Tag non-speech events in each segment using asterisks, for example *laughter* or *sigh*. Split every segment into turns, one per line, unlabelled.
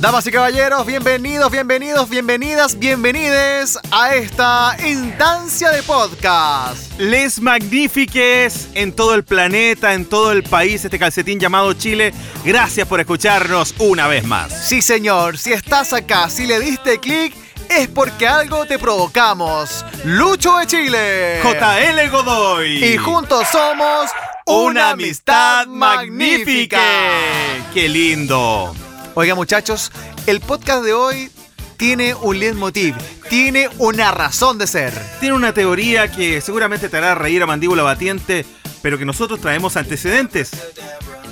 Damas y caballeros, bienvenidos, bienvenidos, bienvenidas, bienvenides a esta instancia de podcast.
Les magnifiques en todo el planeta, en todo el país, este calcetín llamado Chile. Gracias por escucharnos una vez más.
Sí, señor, si estás acá, si le diste clic, es porque algo te provocamos. Lucho de Chile.
JL Godoy.
Y juntos somos
una amistad magnífica. Qué lindo.
Oiga muchachos, el podcast de hoy tiene un leitmotiv, tiene una razón de ser.
Tiene una teoría que seguramente te hará reír a mandíbula batiente, pero que nosotros traemos antecedentes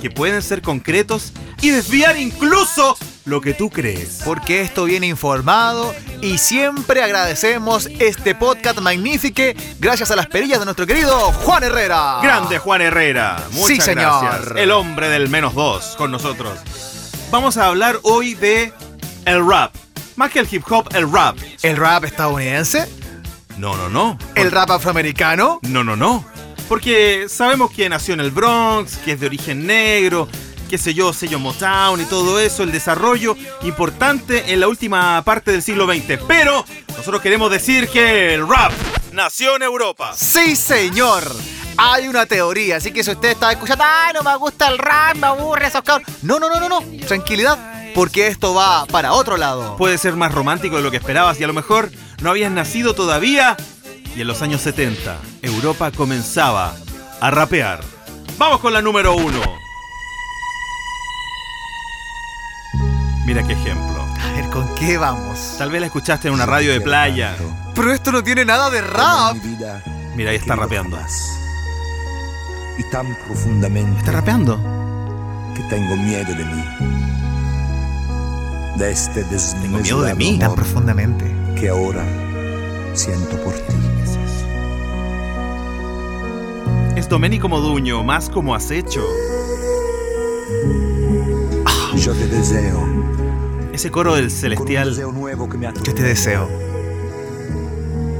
que pueden ser concretos y desviar incluso lo que tú crees.
Porque esto viene informado y siempre agradecemos este podcast magnífico gracias a las perillas de nuestro querido Juan Herrera.
Grande Juan Herrera. Muchas
Sí, señor.
gracias. El hombre del menos dos con nosotros. Vamos a hablar hoy de el rap. Más que el hip hop, el rap.
El rap estadounidense,
No, no, no.
el rap afroamericano.
No, no, no. Porque sabemos que nació en el Bronx, que es de origen negro, qué sé yo, sello Motown y todo eso, el desarrollo importante en la última parte del siglo XX. Pero nosotros queremos decir que el rap nació en Europa.
Sí, señor. Hay una teoría, así que si usted está escuchando, ay, no me gusta el rap, me aburre esos cabros. No, no, no, no, no. Tranquilidad, porque esto va para otro lado.
Puede ser más romántico de lo que esperabas y a lo mejor no habías nacido todavía. Y en los años 70, Europa comenzaba a rapear. Vamos con la número uno. Mira qué ejemplo.
A ver, ¿con qué vamos?
Tal vez la escuchaste en una radio de playa.
Pero esto no tiene nada de rap.
Mi vida
Mira, ahí está
querido
rapeando.
jamás. Y tan profundamente
¿Está rapeando?
que tengo miedo de mí. De este desmesurado
miedo de mí.
Tan
amor
profundamente.
que ahora siento por ti.
Es Domenico Moduño, más como acecho.
Yo te deseo.
Ese coro del
Con un
celestial. Este-
deseo nuevo que me
Yo te
atormenta.
deseo.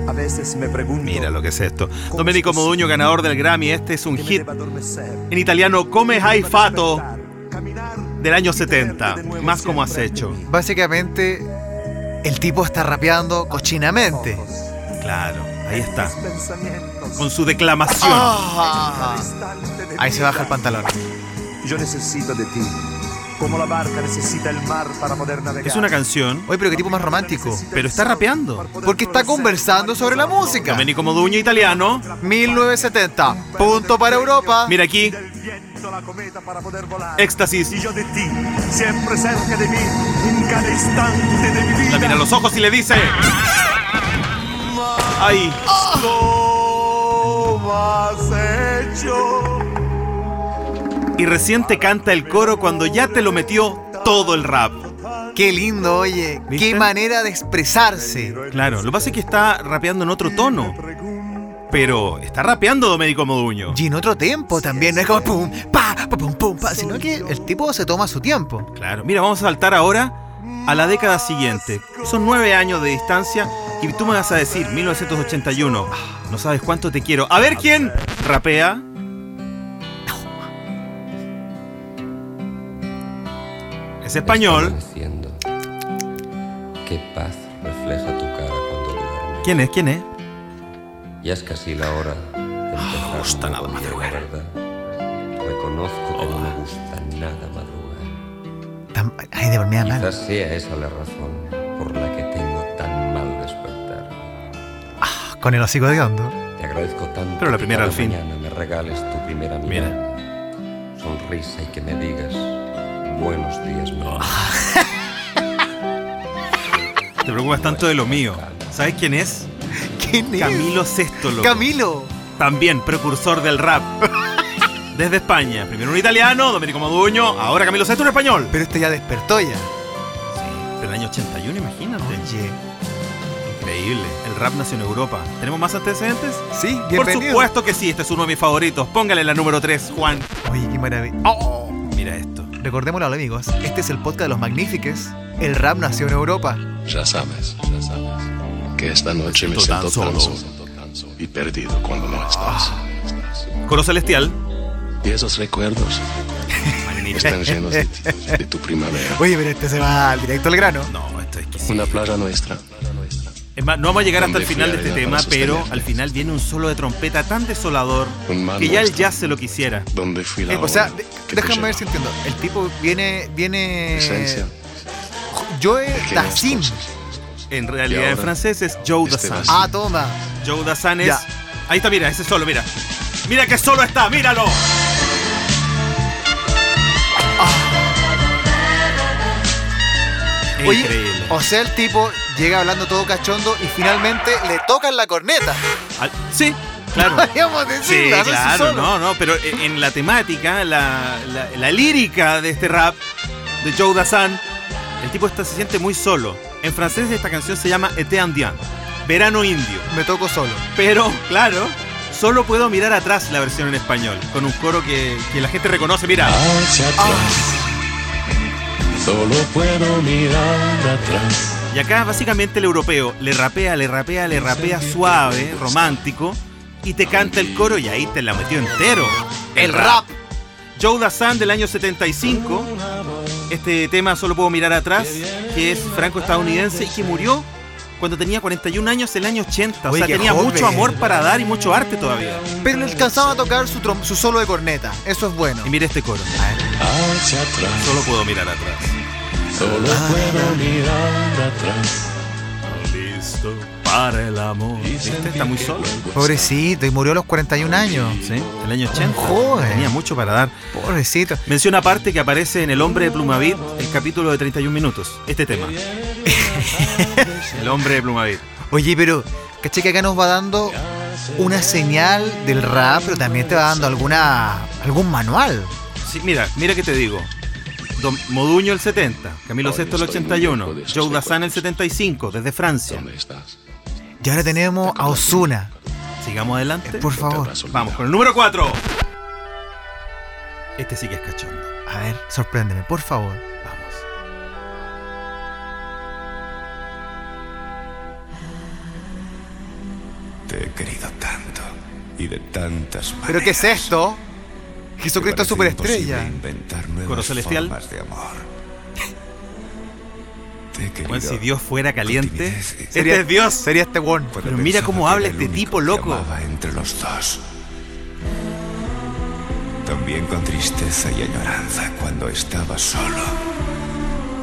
A veces me pregunto.
Mira lo que es esto.
¿Cómo
Domenico
es posible
Moduño, ganador del Grammy. Este es un
que me
hit
deba adormecer,
en italiano, Come Hai
deba
Fato,
despertar, caminar
del año
y tenerte
70.
de nuevo
Más como
siempre
acecho.
ante mí.
Básicamente, el tipo está rapeando cochinamente.
Ojos,
Claro, ahí está.
mis pensamientos,
Con su declamación.
Ah.
distante de
Ahí
mi
se baja el
vida.
pantalón.
Yo necesito de ti, como la barca necesita el mar para poder navegar.
Es una canción.
Oye, pero qué tipo más romántico.
Pero está rapeando.
Porque está conversando sobre la música.
Domenico Moduño, italiano.
1970. Punto para Europa.
Mira aquí,
Del viento la cometa para poder volar. Y
éxtasis.
yo de ti, siempre cerca de mí, en cada instante de mi vida.
La mira a los ojos y le dice. Ahí.
¿Cómo has hecho?
Y recién te canta el coro cuando ya te lo metió todo el rap.
Qué lindo, oye. Qué
¿Viste?
manera de expresarse.
Claro, lo que pasa es que está rapeando en otro tono. Pero está rapeando Domenico Moduño.
Y en otro tiempo también. No es como pum, pa, pa, pum, pum, pa. Sino que el tipo se toma su tiempo.
Claro, mira, vamos a saltar ahora a la década siguiente. Son nueve años de distancia y tú me vas a decir, 1981, ah, no sabes cuánto te quiero. A ver quién rapea. Es español.
Haciendo. Qué paz refleja tu cara cuando duermes.
¿Quién es? ¿Quién es?
Ya es casi la hora de empezar
Ah, gusta
un
nada
nuevo día,
madrugar.
¿verdad? Reconozco que no me gusta nada madrugar.
Tan- Ay, de dormida mal.
Quizás sea esa la razón por la que tengo tan mal despertar.
Con el hocico de hondo.
Te agradezco tanto
Pero la
que
primera
cada
al fin.
mañana me regales tu primera
Mira.
mirada. Sonrisa y que me digas buenos días,
Ah,
mi amor".
Te preocupas tanto de lo mío. ¿Sabes quién es?
¿Quién es?
Camilo Sesto. loco.
Camilo.
también precursor del rap. Desde España, primero un italiano, Domenico Moduño, ahora Camilo Sesto, un español.
Pero este ya despertó ya.
Pero el año 81, imagínate.
Oye.
Increíble. El rap nació en Europa. ¿Tenemos más antecedentes?
Sí,
Por
bienvenido.
supuesto que sí, este es uno de mis favoritos. Póngale la número 3, Juan.
Oye, qué maravilla.
Oh, mira esto.
Recordémoslo, amigos. Este es el podcast de los magníficos. El rap nació en Europa.
Ya sabes, ya sabes, que esta noche me
Siento
siento
tan
tan
solo.
solo Ah. y perdido cuando no estás.
Coro celestial.
Y esos recuerdos
disponible.
están llenos de, ti, de tu primavera.
Oye, pero este se va al directo al grano.
*laughs* No, esto es que
Una playa nuestra.
Es más, no vamos a llegar hasta el
Donde
final de
fui
este
a
tema,
bailar para
pero
sostener.
al final viene un solo de trompeta tan desolador
Un mal
que ya el
nuestro.
jazz se lo quisiera.
Donde fui la
Eh, o sea,
ola
de-
que te
déjame
lleva.
ver si entiendo. El tipo viene. viene
Esencia.
Joe
pequeñas
Dassin.
cosas.
En
Y
realidad
ahora,
en francés es Joe
este
Dassin.
vacío.
Ah, toma.
Joe Dassin es...
Ya.
Ahí está, mira, ese solo, mira. Mira que solo está, míralo.
Ah.
Es
Oye,
Increíble.
o sea, el tipo llega hablando todo cachondo y finalmente le tocan la corneta. *laughs*
Al- Ah, Sí, claro.
Podríamos
Sí,
decirlo, hace su
claro,
solo.
no, no, pero en en la temática, la, la- la lírica de este rap de Joe Dassin, el tipo está, se siente muy solo. En francés esta canción se llama Été Indien, verano indio.
Me toco solo.
Pero, claro, solo puedo mirar atrás la versión en español, con un coro que, que la gente reconoce. Mira,
Hacia atrás. Solo puedo mirar atrás.
y acá básicamente el europeo le rapea, le rapea, le rapea suave, romántico, y te canta el coro y ahí te la metió entero.
El rap.
Joe Dassin del año 75. Este tema solo puedo mirar atrás, que es franco-estadounidense y que murió cuando tenía 41 años el año 80. O
Oye,
sea,
qué
tenía
joven.
mucho amor para dar y mucho arte todavía.
Pero le alcanzaba a tocar su, trom- su solo de corneta. Eso es bueno.
Y mira este coro.
Hacia atrás.
Solo puedo mirar atrás.
Solo
Ah.
puedo mirar atrás.
Listo para el amor. Este Está muy solo.
Pobrecito, y murió a los 41 años.
Sí, el año 80.
joven.
Tenía mucho para dar.
Pobrecito.
Mención aparte que aparece en El hombre de Plumavit, el capítulo de 31 minutos.
*laughs*
Este tema. el hombre de Plumavit.
Oye, pero caché que acá nos va dando una señal del rap, pero también te va dando alguna algún manual.
Sí, mira, mira que te digo. Don Moduño el 70, Camilo
Hoy
VI el
estoy muy
81,
lejos de pues. esos
Joe Dassin el 75, desde Francia.
¿Dónde estás?
Y ahora tenemos a Osuna.
Sigamos adelante.
Por favor.
Atrás, olvidado.
Vamos con el número 4. Este sí que es cachondo.
A ver, sorpréndeme, por favor.
Vamos.
Te he querido tanto y de tantas maneras.
¿Pero qué es esto? Jesucristo
Parece
superestrella.
imposible inventar nuevas
Coro celestial.
formas de amor. Te he querido.
Bueno, si Dios fuera caliente.
timidez.
Este es Dios.
Sería este one.
Cuando
Pero mira
pensaba
cómo
que
habla
era el
este
único
tipo,
que
loco.
amaba entre los dos. También con tristeza y añoranza cuando estaba solo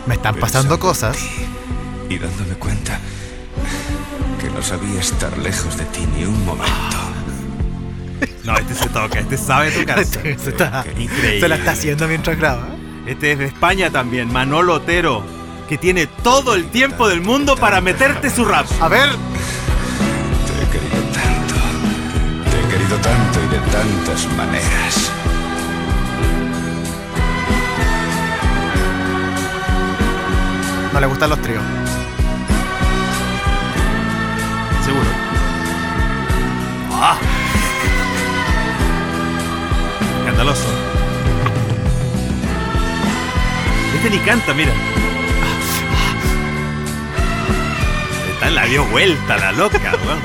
Me están pasando cosas.
y dándome cuenta que no sabía estar lejos de ti ni un momento.
No, este se toca,
*laughs*
este sabe
Se,
tocarse.
está-
Increíble.
se la está haciendo mientras graba.
Este es de España también, Manolo Otero, que tiene todo el tiempo del mundo para meterte su rap.
A ver,
Te he querido tanto, te he querido tanto y de tantas maneras.
no le gustan los tríos.
Seguro. ¡Ah! Escandaloso. Este ni canta, mira. Está en la dio vuelta la loca, weón.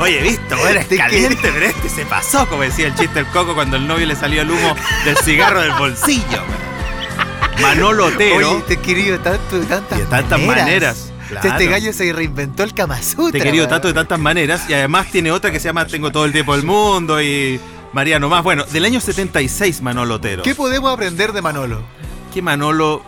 Oye, visto, weón, es
Te
caliente, pero este se pasó, como decía el chiste del coco cuando el novio le salió el humo del cigarro del bolsillo, weón. Manolo Otero.
Oye, te he querido tanto de tantas,
Y de tantas maneras, claro.
Este gallo se reinventó el Kama Sutra,
Te he querido
weón.
tanto de tantas maneras y además tiene otra que se llama Tengo todo el tiempo del mundo y Mariano más. Bueno, del año 76 Manolo Otero.
¿Qué podemos aprender de Manolo?
Que Manolo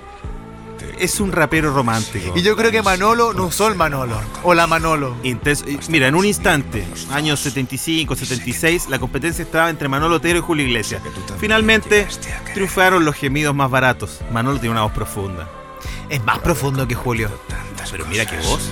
es un rapero romántico.
Y yo creo que Manolo no usó el Manolo. O la Manolo.
Intenso- y Mira, en un instante, años 75, 76, la competencia estaba entre Manolo Otero y Julio Iglesias. Finalmente triunfaron los gemidos más baratos. Manolo tiene una voz profunda.
Es más profundo que Julio.
Tantas
Pero mira qué
cosas.
voz.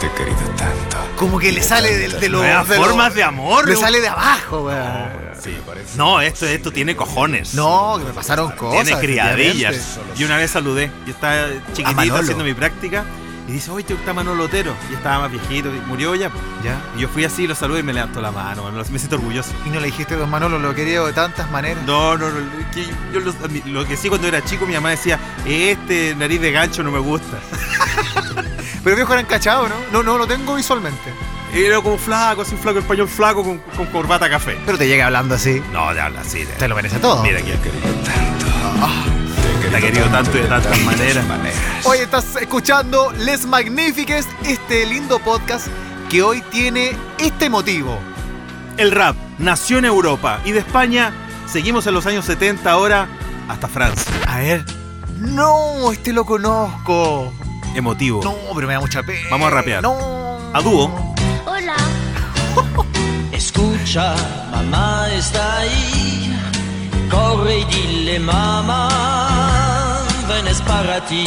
Te he querido tanto.
Como que le sale del- de, los.
Nuevas
de los-
formas de amor.
Le
¿no?
sale de abajo, weón.
Sí. No, esto, esto tiene cojones.
No, que me pasaron cosas.
Tiene criadillas.
efectivamente.
Y una vez saludé, y estaba
A
chiquitito
Manolo.
haciendo mi práctica, y dice, oye, está Manolo Otero. Y estaba más viejito, y murió ya.
Ya.
Y yo fui así, lo saludé y me levantó la mano, Manolo, me siento orgulloso.
Y no le dijiste, don Manolo, lo quería de tantas maneras.
No, no, no, que yo lo, lo que sí cuando era chico mi mamá decía, este nariz de gancho no me gusta.
Pero viejo eran cachados, ¿no? No, no lo tengo visualmente.
Era como flaco, así un flaco español flaco con, con corbata café.
Pero te llega hablando así.
No, te habla así. de-
Te lo merece todo.
Mira que
querido tanto. Te
la
he
he Ah, querido tanto y de tantas maneras.
Hoy estás escuchando Les Magnifiques, este lindo podcast que hoy tiene este motivo.
El rap nació en Europa y de España seguimos en los años 70 ahora hasta Francia.
A ver. No, este lo conozco.
Emotivo.
No, pero me da mucha pena.
Vamos a rapear.
No.
A dúo.
Hola.
Escucha, mamá está ahí. Corre y dile, mamá, ven es para ti.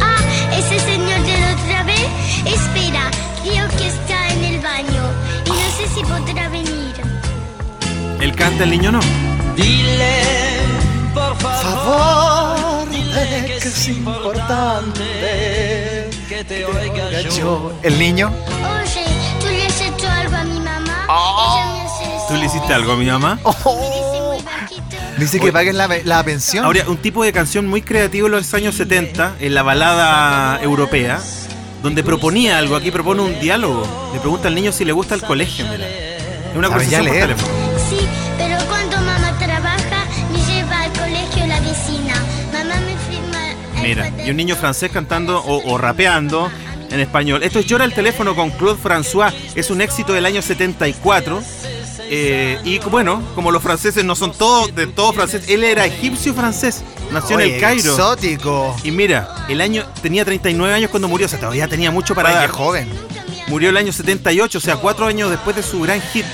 Ah, ese señor de la otra vez. Espera, creo que está en el baño. Y no sé si podrá venir.
El canta el niño no.
Dile, por favor,
Favor
dile que es importante que te oiga yo.
El niño.
Oye, ¿tú le has hecho algo a mi mamá? Ella me hace
Ah. ¿Tú le hiciste algo a mi mamá?
Me dice muy bajito.
Oh, Dice que paguen la, la pensión.
Ahora, un tipo de canción muy creativo en los años 70, en la balada europea, donde proponía algo. Aquí propone un diálogo. Le pregunta al niño si le gusta el colegio. Mira. Es una
Sabe ya
conversación por
leer.
teléfono.
Sí, pero cuando mamá trabaja, me lleva al colegio la vecina. Mamá me firma. el
Mira,
cuaderno.
y un niño francés cantando o, o rapeando en español. Esto es Llora el teléfono con Claude François. Es un éxito del año 74. Eh, y bueno, como los franceses no son todos de todo francés, él era egipcio francés. Nació en
Oye,
el Cairo.
Exótico.
Y mira, el año tenía 39 años cuando murió, o sea, todavía tenía mucho para
Oye, qué
dar.
joven.
Murió el año 78, o sea, cuatro años después de su gran hit.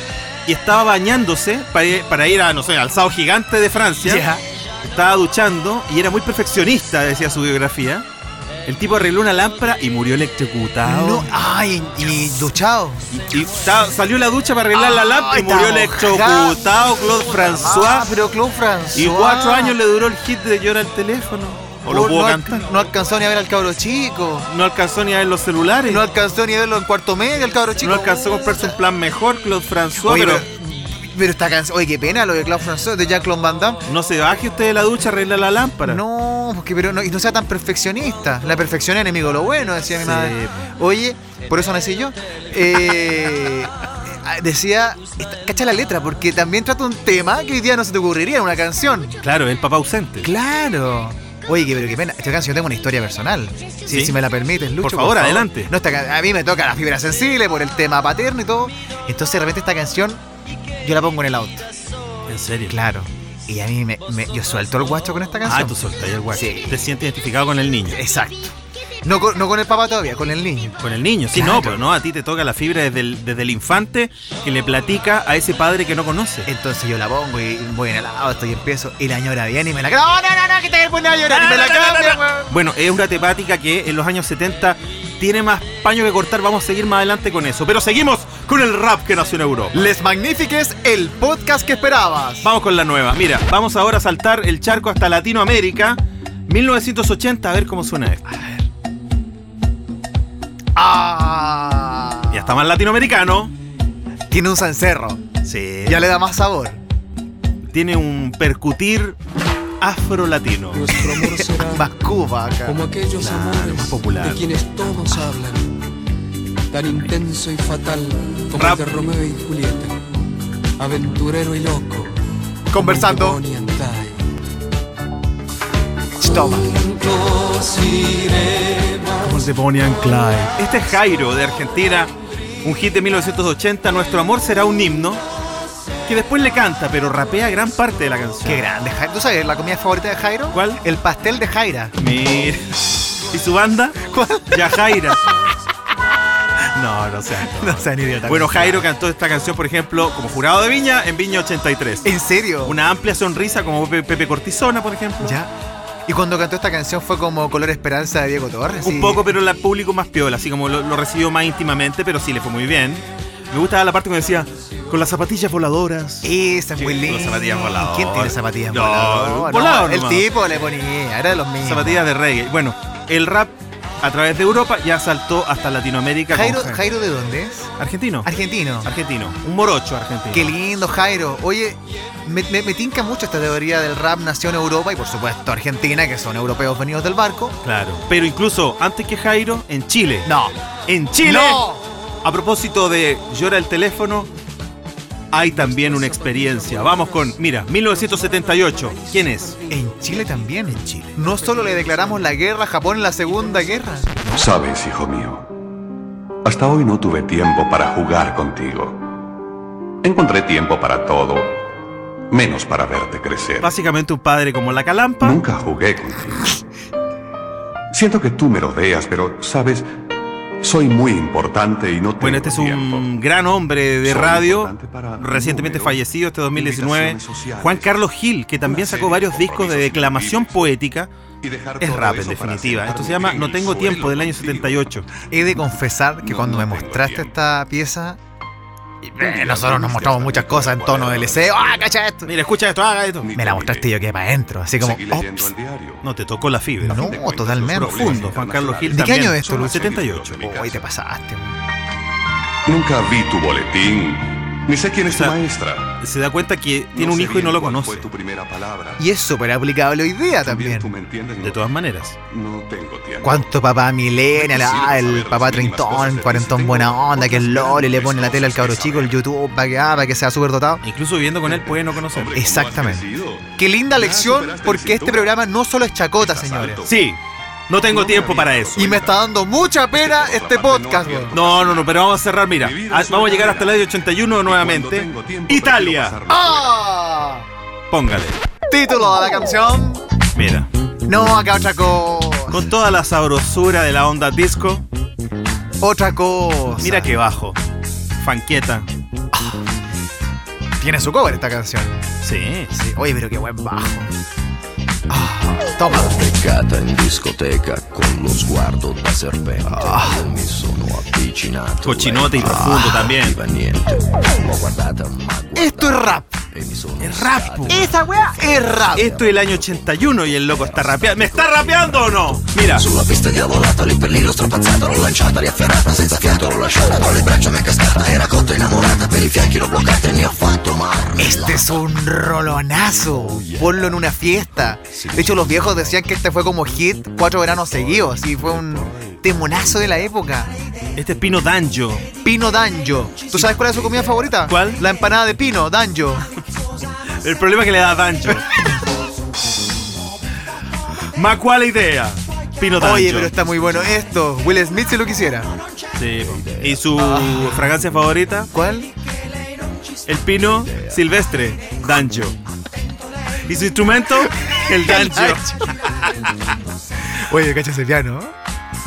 Y estaba bañándose para ir, para ir a, no sé, al Sao Gigante de Francia.
Ya.
Estaba duchando y era muy perfeccionista, decía su biografía. El tipo arregló una lámpara y murió electrocutado.
No, ay, y duchado.
Y, y estaba- salió la ducha para arreglar la
Ay,
lámpara y murió
está
electrocutado Claude
Ah,
François.
pero Claude François. Oh,
Y cuatro años le duró el hit de llorar el teléfono. O lo
No-
pudo
no,
cantar.
No alcanzó ni a ver al cabro chico.
No alcanzó ni a ver los celulares.
No alcanzó ni a verlo en cuarto medio al cabro chico.
No alcanzó a comprarse un plan mejor, Claude François,
Oye,
pero
pero, pero está cansado. Oye, qué pena lo de Claude François, de Jean-Claude Van Damme.
No se baje usted de la ducha, arregla la lámpara.
No, porque pero no, y no sea tan perfeccionista. La perfección es enemigo de lo bueno, decía mi
Sí,
madre. Oye, por eso nací yo. Eh, *laughs* decía, esta- cacha la letra, porque también trata un tema que hoy día no se te ocurriría en una canción.
Claro, el papá ausente.
Claro. Oye, que- pero qué pena. Esta canción yo tengo una historia personal. Si,
Sí.
si me la permites, Lucho.
Por favor, adelante.
No, esta can- a mí me toca la fibra sensible por el tema paterno y todo. Entonces, de repente, esta canción yo la pongo en el auto.
En serio.
Claro. Y a mí me, me- yo suelto el guacho con esta canción.
Ah, tú soltas el guacho.
Sí.
Te sientes identificado con el niño.
Exacto. No con, no con el papá todavía, con el niño.
Con el niño, sí,
Claro.
no, pero no, a ti te toca la fibra desde el, desde el infante que le platica a ese padre que no conoce.
Entonces yo la pongo y voy en el auto y empiezo. Y la señora viene y me la. No, no, no, no, que te voy a poner a *laughs* llorar. Y me la cambia, weón.
Bueno, es una temática que en los años 70 tiene más paño que cortar. Vamos a seguir más adelante con eso. Pero seguimos con el rap que nació en Europa.
Les Magnifiques, el podcast que esperabas.
Vamos con la nueva. Mira, vamos ahora a saltar el charco hasta Latinoamérica. 1980, a ver cómo suena esto.
Ah.
Ya está más latinoamericano.
Tiene un sancerro.
Sí.
Ya le da más sabor.
tiene un percutir afro-latino.
Nuestro amor será
*laughs* Más Cuba acá.
como aquellos amores
más popular.
de quienes todos hablan, tan intenso y fatal como
Rap.
el de Romeo y Julieta, aventurero y loco.
Conversando.
como Bonnie and Clyde.
Toma.
Juntos iremos.
Este es Jairo de Argentina, un hit de 1980, Nuestro amor será un himno, que después le canta, pero rapea gran parte de la canción.
Qué grande, Jairo. ¿Tú sabes la comida favorita de Jairo?
¿Cuál?
El pastel de Jaira.
Mira. ¿Y su banda? ¿Cuál? Ya Jaira. No, *laughs* no sé.
No sean idiotas.
Bueno, Jairo cantó esta canción, por ejemplo, como jurado de Viña en Viña 83.
¿En serio?
Una amplia sonrisa como Pe- Pepe Cortisona, por ejemplo.
Ya. Y cuando cantó esta canción fue como Color Esperanza de Diego Torres.
Un
y-
poco, pero el público más piola, así como lo, lo recibió más íntimamente, pero sí le fue muy bien. Me gustaba la parte cuando decía, con las zapatillas voladoras.
Esa es
Sí,
muy
con
linda.
las zapatillas voladoras.
¿Quién tiene zapatillas
No,
voladoras?
voladoras
el
nomás.
tipo le ponía. Era de los mismos.
Zapatillas de reggae. Bueno, el rap a través de Europa, ya saltó hasta Latinoamérica. con
Jairo,
Jaime.
Jairo, ¿de dónde es?
Argentino.
Argentino.
Argentino. Un morocho argentino.
Qué lindo, Jairo. Oye, me, me- me tinca mucho esta teoría del rap nació en Europa y por supuesto Argentina, que son europeos venidos del barco.
Claro. Pero incluso antes que Jairo, en Chile.
No.
En Chile.
No.
A propósito de llora el teléfono, hay también una experiencia. Vamos con, mira, 1978. ¿Quién es?
En Chile también. En Chile. No solo le declaramos la guerra a Japón en la Segunda Guerra.
Sabes, hijo mío, hasta hoy no tuve tiempo para jugar contigo. Encontré tiempo para todo, menos para verte crecer.
Básicamente un padre como la calampa.
Nunca jugué contigo. Siento que tú me rodeas, pero, sabes, soy muy importante y no tengo
Bueno, este es
tiempo.
un gran hombre de
Soy
radio,
importante para
recientemente
números,
fallecido este 2019,
invitaciones sociales,
Juan Carlos Gil, que también
una
sacó
serie de
varios discos de
compromisos
declamación
invivibles.
poética.
Y dejar
Es
todo
rap en
eso para
definitiva. Esto se
sentarme
llama
en
No
el
tengo tiempo
suelo
del año
contigo.
78.
He de confesar que
No,
cuando
no
me
tengo
mostraste
tiempo.
esta pieza, eh, nosotros nos mostramos muchas cosas en tono de deseo. ¡Ah, cacha esto!
Mira, escucha esto, haga esto.
Me la mostraste y yo quedé para adentro, así como.
Seguí
oh,
leyendo
pss,
el diario.
No, te tocó la fibra.
No,
cuentas,
totalmente.
los problemas
Profundo, Juan Carlos Gil.
¿De qué
también.
año es esto,
Son
Luis?
los
78.
de mi casa.
Hoy te pasaste. güey.
Nunca vi tu boletín, ni sé quién es tu
O sea,
maestra.
Se da cuenta que tiene
No
un
sé
hijo y no
bien
lo
cuál
conoce.
Fue tu primera palabra.
Y es súper aplicable hoy día
Tú me
también.
entiendes, no,
De todas maneras.
no tengo tiempo.
¿Cuánto papá millennial?
Quisiera
Ah, el
saber
papá
las mínimas cosas
treintón,
de ti,
cuarentón
tengo
buena onda, que el
otras
lore le pone en la
grandes
tele al cabro
cosas que
chico, el
saber.
YouTube, para que, ah, para que sea súper dotado.
Incluso viviendo con él puede no conocer.
Hombre, ¿cómo has
Exactamente.
crecido?
Qué linda
Ya
lección,
superaste el
porque este
cinturón.
programa no solo es chacota,
Estás
señores.
alto.
Sí, no tengo tiempo para eso.
Y me está dando mucha pena este podcast, güey.
No, no, no, pero vamos a cerrar, mira.
Mi vida
Ah,
es
Vamos a
una
llegar
carrera.
hasta el año 81 nuevamente.
Cuando tengo tiempo, prefiero
Italia.
pasarlo
¡Ah!
Póngale.
Título de la canción.
Mira.
No, acá otra cosa.
Con toda la sabrosura de la onda disco.
Otra cosa.
Mira qué bajo. Fanquieta.
Tiene su cover esta canción.
Sí.
Sí. Oye, pero qué buen bajo. Ah, toma.
Beccata in discoteca con lo sguardo da serpente.
Ah.
Io mi sono avvicinato.
Cochinote y
lei non
Ah,
profundo también.
capiva eh. niente. L'ho guardata, ma
Esto es rap.
e mi sono
Es rap, po.
Esa weá es rap.
Esto es el año 81 y el loco está rapeando. ¿Me está rapeando o no? Mira.
Sulla pista diavolata, lì per lì l'ho strapazzata, l'ho lanciata, riafferrata, senza fiato, l'ho lasciata, con le braccia mi è cascata, era cotta innamorata, per i fianchi l'ho bloccata e ne ho fatto marmellata.
Este es un rolonazo. Ponlo en una fiesta. De hecho, los viejos decían que este fue como hit cuatro veranos seguidos. Y fue un temonazo de la época.
Este es Pino Danjo.
Pino Danjo. ¿Tú sabes cuál es su comida favorita?
¿Cuál?
La empanada de pino, Danjo.
El problema que le da Danjo. Ma cuál idea. Pino Danjo.
Oye, pero está muy bueno esto. Will Smith si lo quisiera.
Sí, po. ¿Y su fragancia favorita?
¿Cuál?
El pino silvestre, dancho. Y su instrumento, el dancho.
Oye, cacha ese piano.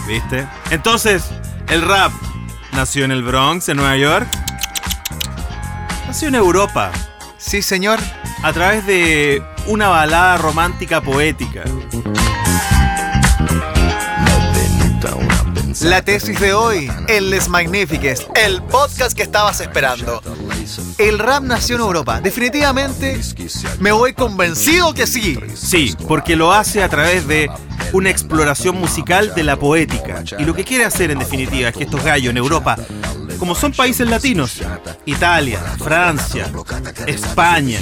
¿Viste? Entonces, el rap nació en el Bronx, en Nueva York. Nació en Europa,
Sí, señor.
a través de una balada romántica poética.
La tesis de hoy, el Les Magnifiques, el podcast que estabas esperando. El rap nació en Europa. Definitivamente me voy convencido que sí.
Sí, porque lo hace a través de una exploración musical de la poética. Y lo que quiere hacer en definitiva es que estos gallos en Europa, como son países latinos, Italia, Francia, España,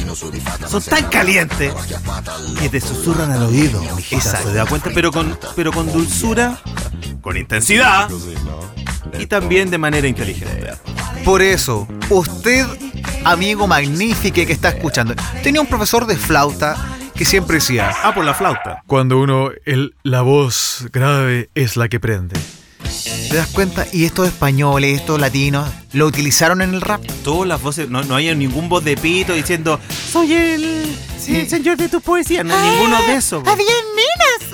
son tan calientes que te susurran al oído. Exacto. ¿Te das cuenta? Pero con, pero con dulzura, con intensidad y también de manera inteligente.
Por eso, usted, amigo magnífico que está escuchando, tenía un profesor de flauta que siempre decía,
Ah, por la flauta.
Cuando uno, el, la voz grave es la que prende.
¿te das cuenta? Y estos españoles, estos latinos, lo utilizaron en el rap.
Todas las voces, no, no hay ningún voz de pito diciendo, soy el, el señor de tu poesía. No hay
Ah,
ninguno de esos.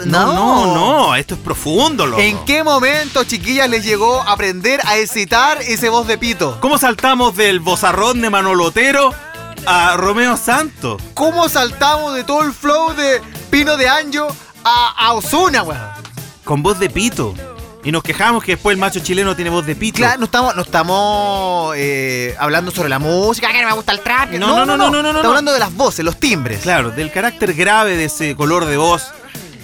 No, no, no, esto es profundo, loco.
¿En qué momento, chiquillas, les llegó a aprender a excitar ese voz de pito?
¿Cómo saltamos del bozarrón de Manolotero a Romeo Santos?
¿Cómo saltamos de todo el flow de Pino de Anjo a, a Osuna, weón?
Con voz de pito. Y nos quejamos que después el macho chileno tiene voz de pito.
Claro, no estamos, no estamos eh, hablando sobre la música, que no me gusta el trap. que-
No, no, no, no, no, no,
Estamos
no.
hablando de las voces, los timbres.
Claro, del carácter grave de ese color de voz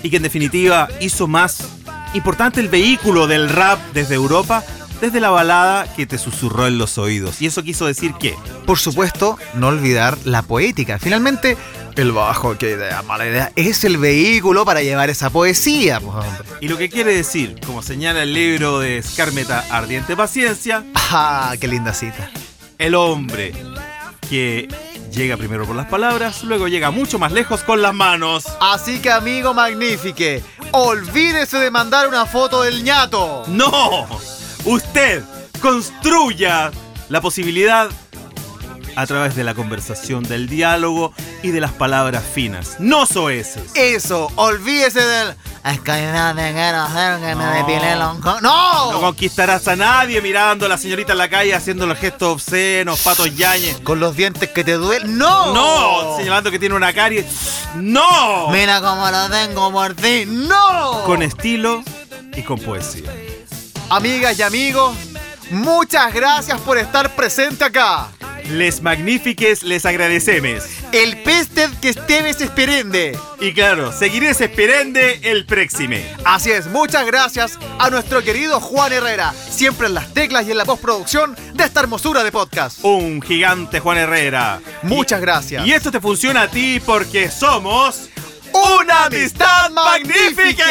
y que en definitiva hizo más importante el vehículo del rap desde Europa, desde la balada que te susurró en los oídos. Y eso quiso decir que
Por supuesto, no olvidar la poética. Finalmente, el bajo, qué idea, mala idea, es el vehículo para llevar esa poesía. pues, hombre.
Y lo que quiere decir, como señala el libro de Escarmeta Ardiente Paciencia,
Ah, qué linda cita.
el hombre que llega primero por las palabras, luego llega mucho más lejos con las manos.
Así que, amigo Magnifique, olvídese de mandar una foto del ñato.
¡No! Usted construya la posibilidad a través de la conversación, del diálogo y de las palabras finas, no soeces.
Eso, olvídese del. Es que no te quiero hacer que me depile el hongo". ¡No!
No conquistarás a nadie mirando a la señorita en la calle haciendo los gestos obscenos, patos yañes.
Con los dientes que te duelen. ¡No!
No, señalando que tiene una carie. No,
Mira cómo lo tengo por ti. ¡No!
con estilo y con poesía.
Amigas y amigos, muchas gracias por estar presente acá.
Les magnifiques, les agradecemos.
El peste que estés esperende.
Y claro, seguiré esperando el próxime.
Así es, muchas gracias a nuestro querido Juan Herrera, siempre en las teclas y en la postproducción de esta hermosura de podcast.
Un gigante Juan Herrera.
Muchas gracias.
Y esto te funciona a ti porque somos una amistad magnífica.